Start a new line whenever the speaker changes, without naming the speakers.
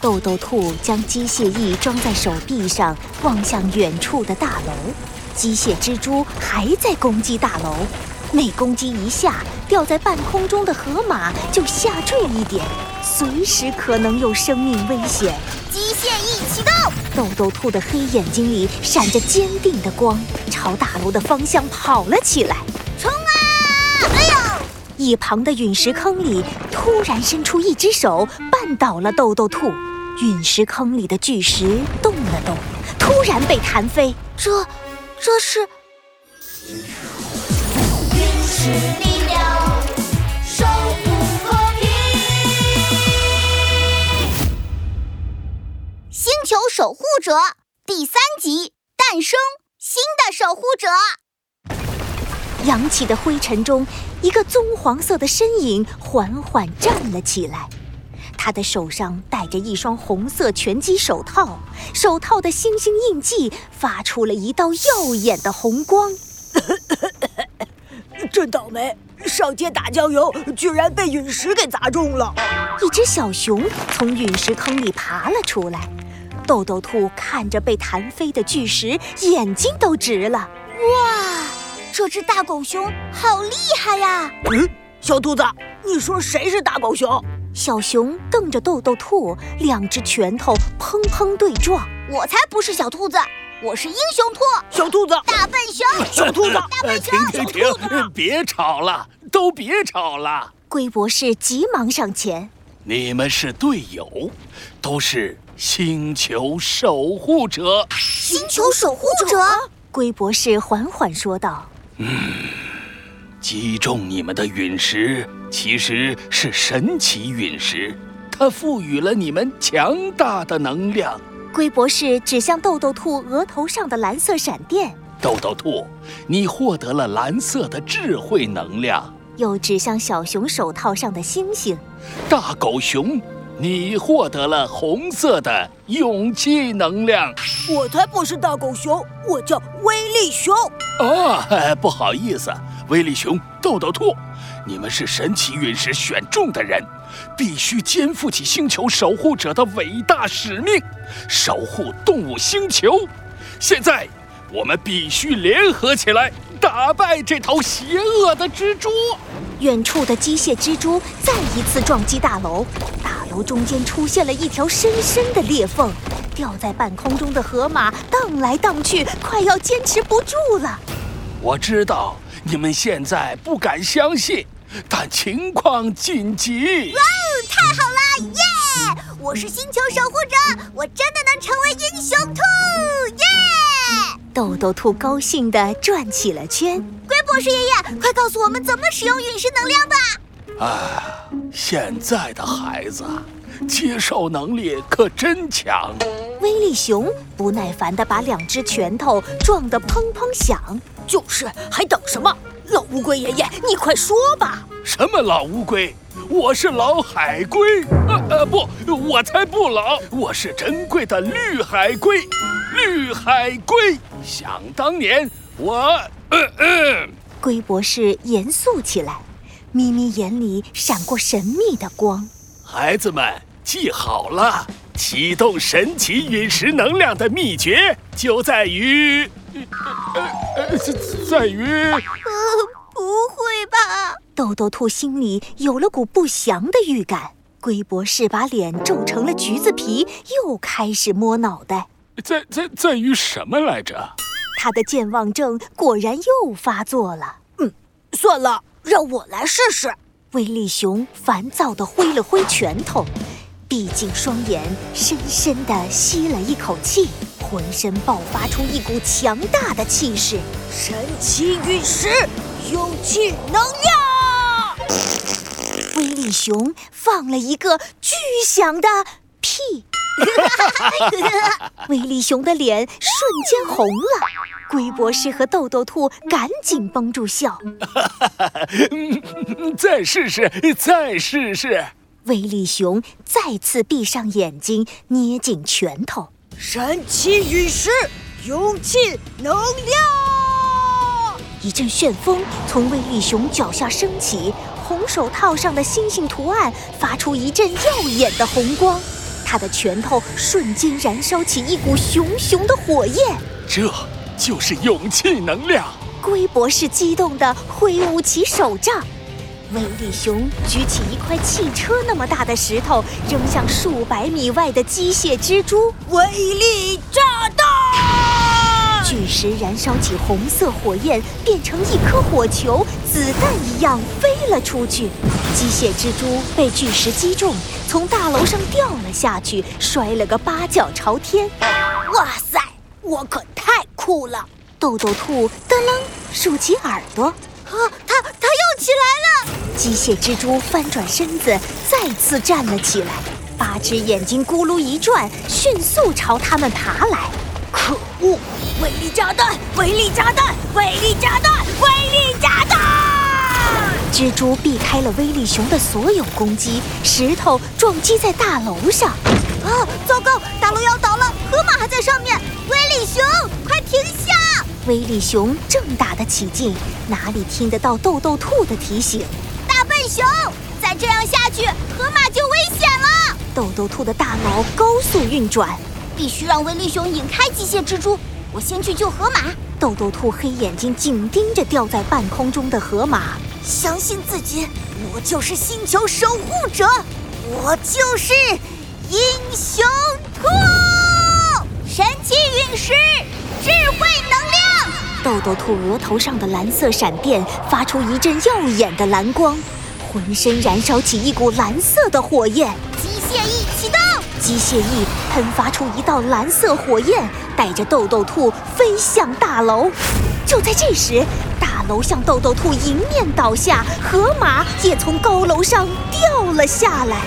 豆豆兔将机械翼装在手臂上，望向远处的大楼。机械蜘蛛还在攻击大楼，每攻击一下，吊在半空中的河马就下坠一点，随时可能有生命危险。
机械翼启动，
豆豆兔的黑眼睛里闪着坚定的光，朝大楼的方向跑了起来。
冲啊！哎呦，
一旁的陨石坑里突然伸出一只手，绊倒了豆豆兔。陨石坑里的巨石动了动，突然被弹飞。
这，这是
军事力量，守护和平。
星球守护者第三集诞生新的守护者。
扬起的灰尘中，一个棕黄色的身影缓缓站了起来。他的手上戴着一双红色拳击手套，手套的星星印记发出了一道耀眼的红 光。
真倒霉，上街打酱油居然被陨石给砸中了。
一只小熊从陨石坑里爬了出来。豆豆兔看着被弹飞的巨石，眼睛都直了。
哇，这只大狗熊好厉害呀！
嗯，小兔子，你说谁是大狗熊？
小熊瞪着豆豆兔，两只拳头砰砰对撞。
我才不是小兔子，我是英雄兔
小兔子，
大笨熊。
小兔子，
笨
呃，
熊
停停停，
哎
呃别吵了，都别吵了。
龟博士急忙上前，
你们是队友，都是星球守护者。
星球守护者，
龟博士缓缓说道
击中你们的陨石其实是神奇陨石，它赋予了你们强大的能量。：“
龟博士指向豆豆兔额头上的蓝色闪电，
豆豆兔，你获得了蓝色的智慧能量。
又指向小熊手套上的星星。
大狗熊，你获得了红色的勇气能量。
我才不是大狗熊，我叫威力熊。
哦，哎不好意思，威力熊、豆豆兔，你们是神奇陨石选中的人，必须肩负起星球守护者的伟大使命，守护动物星球。现在，我们必须联合起来，打败这头邪恶的蜘蛛。”
远处的机械蜘蛛再一次撞击大楼，大楼中间出现了一条深深的裂缝。吊在半空中的河马荡来荡去，快要坚持不住了。
我知道你们现在不敢相信，但情况紧急。
哦太好了，耶！我是星球守护者，我真的能成为英雄兔，耶！
豆豆兔高兴地转起了圈。
龟博士爷爷，快告诉我们怎么使用陨石能量吧！
啊，现在的孩子啊接受能力可真强。
威力熊不耐烦地把两只拳头撞得砰砰响。
就是，还等什么？老乌龟爷爷，你快说吧！
什么老乌龟？我是老海龟。呃呃，不，我才不老，我是珍贵的绿海龟。绿海龟，想当年我……呃呃，
龟博士严肃起来，咪咪眼里闪过神秘的光。
孩子们记好了，启动神奇陨石能量的秘诀就在于……呃呃，在在于……
不会吧？
豆豆兔心里有了股不祥的预感。龟博士把脸皱成了橘子皮，又开始摸脑袋。
在在在于什么来着？
他的健忘症果然又发作了。
算了，让我来试试。
威力熊烦躁地挥了挥拳头，闭紧双眼，深深地吸了一口气，浑身爆发出一股强大的气势。
神奇陨石，勇气能量。
威力熊放了一个巨响的屁， 威力熊的脸瞬间红了。龟博士和豆豆兔赶紧绷住笑。
嗯再试试，再试试。
威力熊再次闭上眼睛，捏紧拳头。
神奇陨石，勇气能量。
一阵旋风从威力熊脚下升起，红手套上的星星图案发出一阵耀眼的红光。他的拳头瞬间燃烧起一股熊熊的火焰。
这就是勇气能量。
龟博士激动地挥舞起手杖，威力熊举起一块汽车那么大的石头，扔向数百米外的机械蜘蛛。
威力炸弹！
巨石燃烧起红色火焰，变成一颗火球，子弹一样飞了出去。机械蜘蛛被巨石击中，从大楼上掉了下去，摔了个八脚朝天。
哇塞，我可太酷了！
豆豆兔噔楞竖起耳朵，
啊，它它又起来了！
机械蜘蛛翻转身子，再次站了起来，八只眼睛咕噜一转，迅速朝他们爬来。
可恶！
威力炸弹！威力炸弹！威力炸弹！威力炸弹！
蜘蛛避开了威力熊的所有攻击，石头撞击在大楼上。
啊，糟糕，大楼要倒了，河马还在上面！威力熊，快停下！
威力熊正打得起劲，哪里听得到豆豆兔的提醒？
大笨熊，再这样下去，河马就危险了！
豆豆兔的大脑高速运转，
必须让威力熊引开机械蜘蛛。我先去救河马。
豆豆兔黑眼睛紧盯着吊在半空中的河马，
相信自己，我就是星球守护者，我就是英雄兔，神奇陨石，智慧能量。
豆豆兔额头上的蓝色闪电发出一阵耀眼的蓝光，浑身燃烧起一股蓝色的火焰。
机械翼启动，
机械翼喷发出一道蓝色火焰，带着豆豆兔飞向大楼。就在这时，大楼向豆豆兔迎面倒下，河马也从高楼上掉了下来。